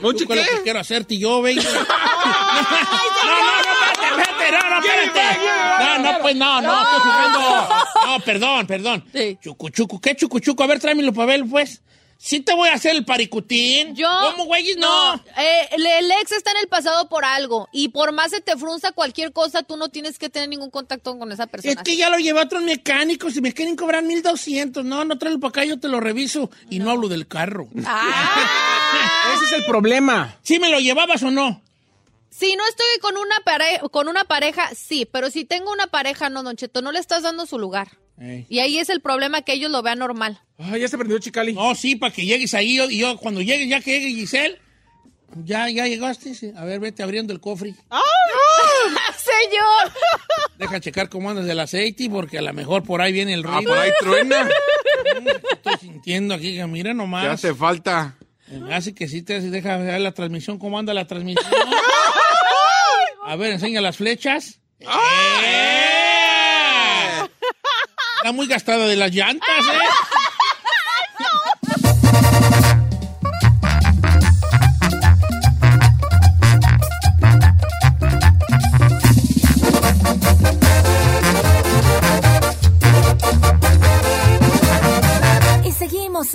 E: ¿Mucho
B: Chucu es lo que quiero hacerte y yo, baby. no, no, no, espérate, espérate, no, no, espérate. No, no, pues no, no, estoy jugando. No, perdón, perdón.
D: Sí.
B: Chucu chucu, ¿qué chucu chucu? A ver, tráemelo para ver, pues. Sí te voy a hacer el paricutín.
D: Yo.
B: ¿Cómo, güeyes? No.
D: Eh, el, el ex está en el pasado por algo. Y por más se te frunza cualquier cosa, tú no tienes que tener ningún contacto con esa persona.
B: Es que ya lo llevé a otros mecánicos y me quieren cobrar 1200. No, no tráelo para acá, yo te lo reviso. Y no hablo del carro.
D: Ah.
C: Ese es el problema.
B: ¿Sí me lo llevabas o no?
D: Si no estoy con una, pare- con una pareja, sí. Pero si tengo una pareja, no, Don Cheto, no le estás dando su lugar. Y ahí es el problema que ellos lo vean normal.
C: Ay, ya se prendió Chicali.
B: No, sí, para que llegues ahí y yo cuando llegue, ya que llegue Giselle, ya, ya llegaste. sí. A ver, vete abriendo el cofre.
D: ¡Señor!
B: Deja checar cómo andas del aceite porque a lo mejor por ahí viene el
E: Ah,
B: ruido.
E: por ahí truena.
B: Estoy sintiendo aquí que mira
E: Te
B: nomás.
E: hace falta.
B: Me hace que sí te hace, deja ver la transmisión, cómo anda la transmisión. A ver, enseña las flechas. ¡Eh! Está muy gastada de las llantas, ¿eh?
H: Y seguimos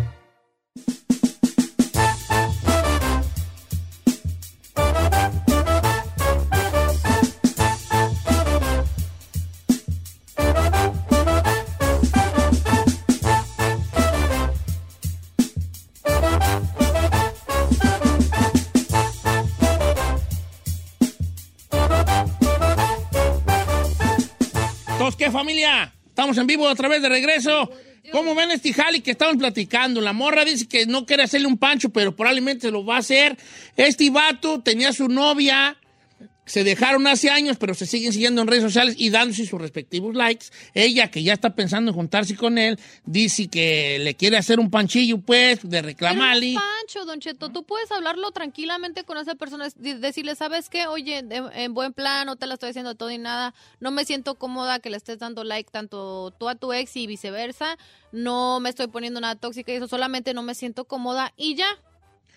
B: Entonces, ¿qué familia? Estamos en vivo otra vez de regreso. ¿Cómo ven este jali que estaban platicando? La morra dice que no quiere hacerle un pancho, pero probablemente lo va a hacer. Este vato tenía su novia, se dejaron hace años, pero se siguen siguiendo en redes sociales y dándose sus respectivos likes. Ella, que ya está pensando en juntarse con él, dice que le quiere hacer un panchillo, pues, de reclamarle.
D: Pancho, Don Cheto, tú puedes hablarlo tranquilamente con esa persona, es de- decirle, ¿sabes qué? Oye, en, en buen plan, no te la estoy haciendo todo y nada, no me siento cómoda que le estés dando like tanto tú a tu ex y viceversa, no me estoy poniendo nada tóxica y eso, solamente no me siento cómoda y ya.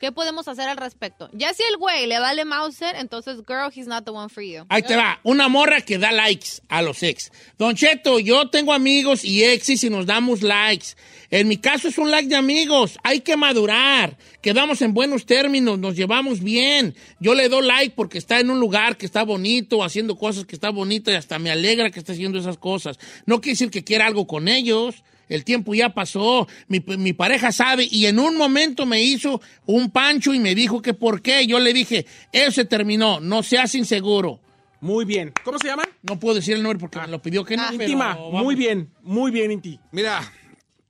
D: ¿Qué podemos hacer al respecto? Ya si el güey le vale Mauser, entonces, girl, he's not the one for you.
B: Ahí te va, una morra que da likes a los ex. Don Cheto, yo tengo amigos y exes y nos damos likes. En mi caso es un like de amigos, hay que madurar, quedamos en buenos términos, nos llevamos bien. Yo le doy like porque está en un lugar que está bonito, haciendo cosas que está bonito y hasta me alegra que esté haciendo esas cosas. No quiere decir que quiera algo con ellos. El tiempo ya pasó, mi, mi pareja sabe y en un momento me hizo un pancho y me dijo que por qué. Yo le dije, eso se terminó, no seas inseguro.
C: Muy bien. ¿Cómo se llaman?
B: No puedo decir el nombre porque me lo pidió
C: Ah.
D: Ah,
B: que no. pero
C: Íntima.
B: vamos.
C: Muy bien, muy bien, Inti.
E: Mira,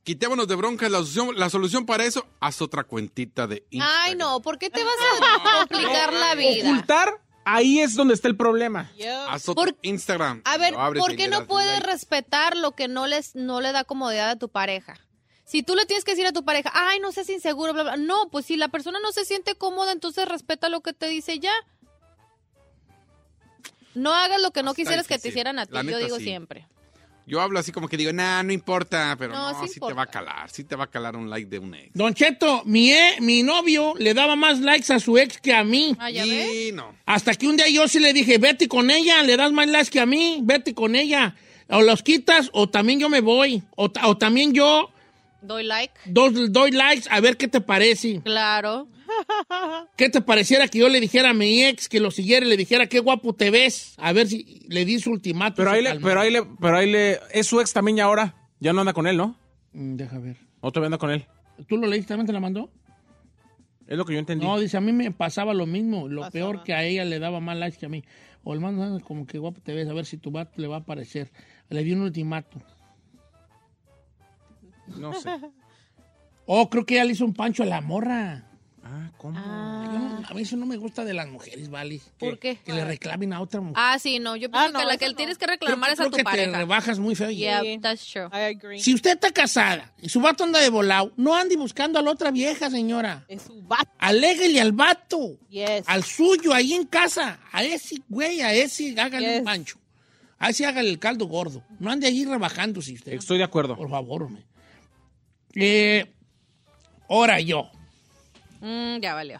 E: quitémonos de broncas. La solución, la solución para eso, haz otra cuentita de Instagram.
B: Ah,
D: Ay, no, ¿por qué te vas a complicar la vida?
C: Ocultar, ahí es donde está el problema.
E: Haz otra
D: Por-
E: Instagram.
D: A ver,
E: Lo abres
D: ¿por
E: y
D: qué
E: le
D: no
E: das
D: puedes
E: like.
D: respetar lo que no les no le da comodidad a tu pareja? Si tú le tienes que decir a tu pareja, ay, no seas inseguro, bla, bla. No, pues si la persona no se siente cómoda, entonces respeta lo que te dice ya. No hagas lo que no
E: Está
D: quisieras que te
E: difícil.
D: hicieran a ti,
E: La
D: yo
E: neta,
D: digo
E: sí.
D: siempre.
E: Yo hablo así como que digo, nah, no importa, pero
D: No,
E: no,
D: sí
E: sí, te va a
D: importa.
E: calar, sí te va a calar un like de un ex.
B: Don Cheto, mi, e- mi novio le daba más likes a su ex que a mí.
D: Ah, ya ves.
E: Y no.
B: Hasta que un día yo sí le dije, vete con ella, le das más likes que a mí, vete con ella. O los quitas o también yo me voy. O, ta- o también yo
D: Doy like.
B: dos- doy likes a ver qué te parece.
D: Claro.
B: ¿Qué te pareciera que yo le dijera a mi ex que lo siguiera y le dijera qué guapo te ves? A ver si le di su ultimátum.
C: Pero
B: se
C: ahí, le,
B: calmó.
C: pero ahí le, pero ahí le, es su ex también ya ahora. Ya no anda con él, ¿no?
B: Mm, Deja ver.
C: O todavía anda con él.
B: ¿Tú lo leíste también? ¿Te la mandó?
C: Es lo que yo entendí.
B: No, dice, a mí me pasaba lo mismo. Lo peor que a ella le daba más likes que a mí. O el mando, como que guapo te ves, a ver si tu vato le va a parecer. Le di un ultimato.
C: No sé.
B: Oh, creo que ella le hizo un pancho a la morra.
C: Ah, ¿cómo?
B: Yo no- a mí eso no me gusta de las mujeres, ¿vale?
D: ¿Por
B: Que-
D: qué?
B: Que le reclamen a otra mujer.
D: Ah, sí, no. Yo
F: Ah,
D: pienso
F: no,
D: que la
F: eso
D: que
F: no.
D: tienes que
B: Creo-
D: reclamar es a
B: creo
D: tu
B: que te
D: pareja.
B: rebajas muy feo.
D: Yeah,
F: Sí.
D: that's true.
F: I agree.
B: Si usted está casada y su vato anda de volado, no ande buscando a la otra vieja, señora.
F: Es su vato.
B: Aléguele al vato.
F: Yes.
B: al suyo ahí en casa, a ese güey, a ese hágale
F: Yes.
B: un pancho. A ese hágale el caldo gordo. No ande allí rebajándose usted.
C: Estoy de acuerdo.
B: Por favor, hombre. Eh, ahora yo.
D: Mm, ya valió.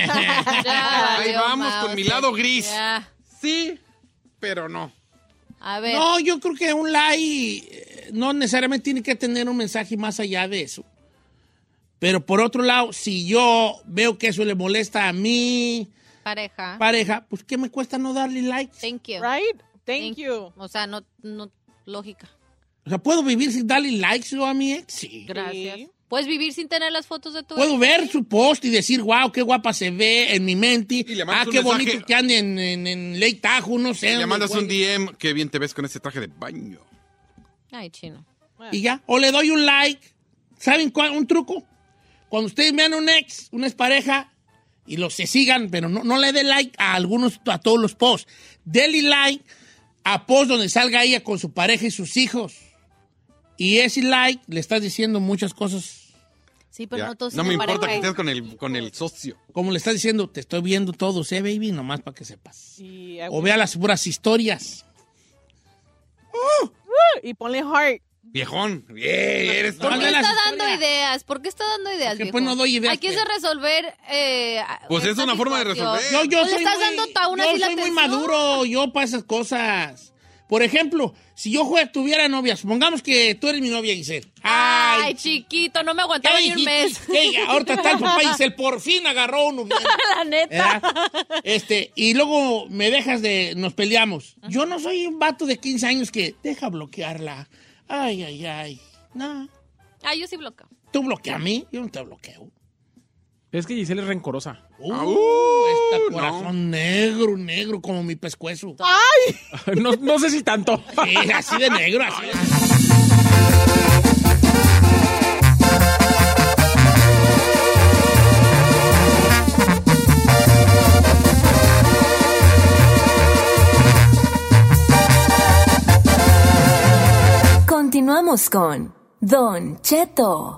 E: Ahí vamos con mi lado gris.
D: Ya.
E: Sí, pero no.
D: A
F: Eh.
D: ver.
B: No, yo creo que un like eh, no necesariamente tiene que tener un mensaje más allá de eso. Pero por otro lado, si yo veo que eso le molesta a mi
D: Pareja.
B: pareja, pues ¿qué me cuesta no darle like?
D: Thank you.
F: Right? Thank
D: Thank-
F: you.
D: O sea, no, no lógica.
B: O sea, ¿puedo vivir sin darle likes yo a mi ex? Sí.
D: Gracias. Puedes vivir sin tener las fotos de tu
B: Puedo
D: ex?
B: ver su post y decir, wow, qué guapa se ve en mi mente.
E: Y le mandas
B: Ah,
E: un
B: qué
E: mensaje.
B: bonito que ande en, en, en Lake Tahoe, no sé.
E: Le
B: donde
E: mandas un
B: juegue".
E: DM, qué bien te ves con ese traje de baño.
D: Ay, chino.
B: Y ya. O le doy un like. ¿Saben cuál? Un truco. Cuando ustedes vean un ex, una expareja, y los se sigan, pero no, no le dé like a algunos, a todos los posts. Dele like a posts donde salga ella con su pareja y sus hijos. Y ese like le estás diciendo muchas cosas
D: Sí, pero
E: Ya.
D: no todos
E: no me
D: tienen
E: importa que
D: pareja.
E: estés con el, con el socio.
B: Como le estás diciendo, te estoy viendo todos, ¿eh, baby? Nomás para que sepas.
F: Y, I
B: O vea las puras historias.
F: will. y ponle heart.
E: Viejón, bien, eres tú.
B: No,
D: ¿Por
B: Habla
D: qué
B: las
D: está dando
B: historias.
D: ideas? ¿Por qué está dando ideas,
B: Porque,
D: viejo?
B: pues, no doy ideas,
D: Aquí es
B: pues.
D: de resolver... eh,
E: Pues es
D: esta
E: una forma de
D: situación.
E: resolver.
B: Yo, yo
D: No le
B: soy
D: estás
B: muy,
D: dando ta- aún
B: yo
D: así la
B: soy muy
D: atención.
B: maduro, yo para esas cosas. Por ejemplo, si yo jue- tuviera novia, supongamos que tú eres mi novia, Giselle.
D: Ay, chiquito, no me aguantaba ni un mes.
B: dijiste? ¿Qué? Ahorita está el papá Giselle, por fin agarró uno. bien.
D: La neta.
B: ¿Verdad? Este, y luego me dejas de, nos peleamos. Yo no soy un vato de 15 años que deja bloquearla. Ay, ay, ay. No, Eh.
D: Ay, yo sí bloqueo.
B: tú bloquea a mí, yo no te bloqueo.
C: Es que Giselle es rencorosa.
B: Uh,
E: Ah,
B: está
E: uh,
B: corazón negro, negro como mi pescuezo.
C: no, no sé si tanto.
B: Sí, así de negro, así de
H: regresamos con Don Cheto.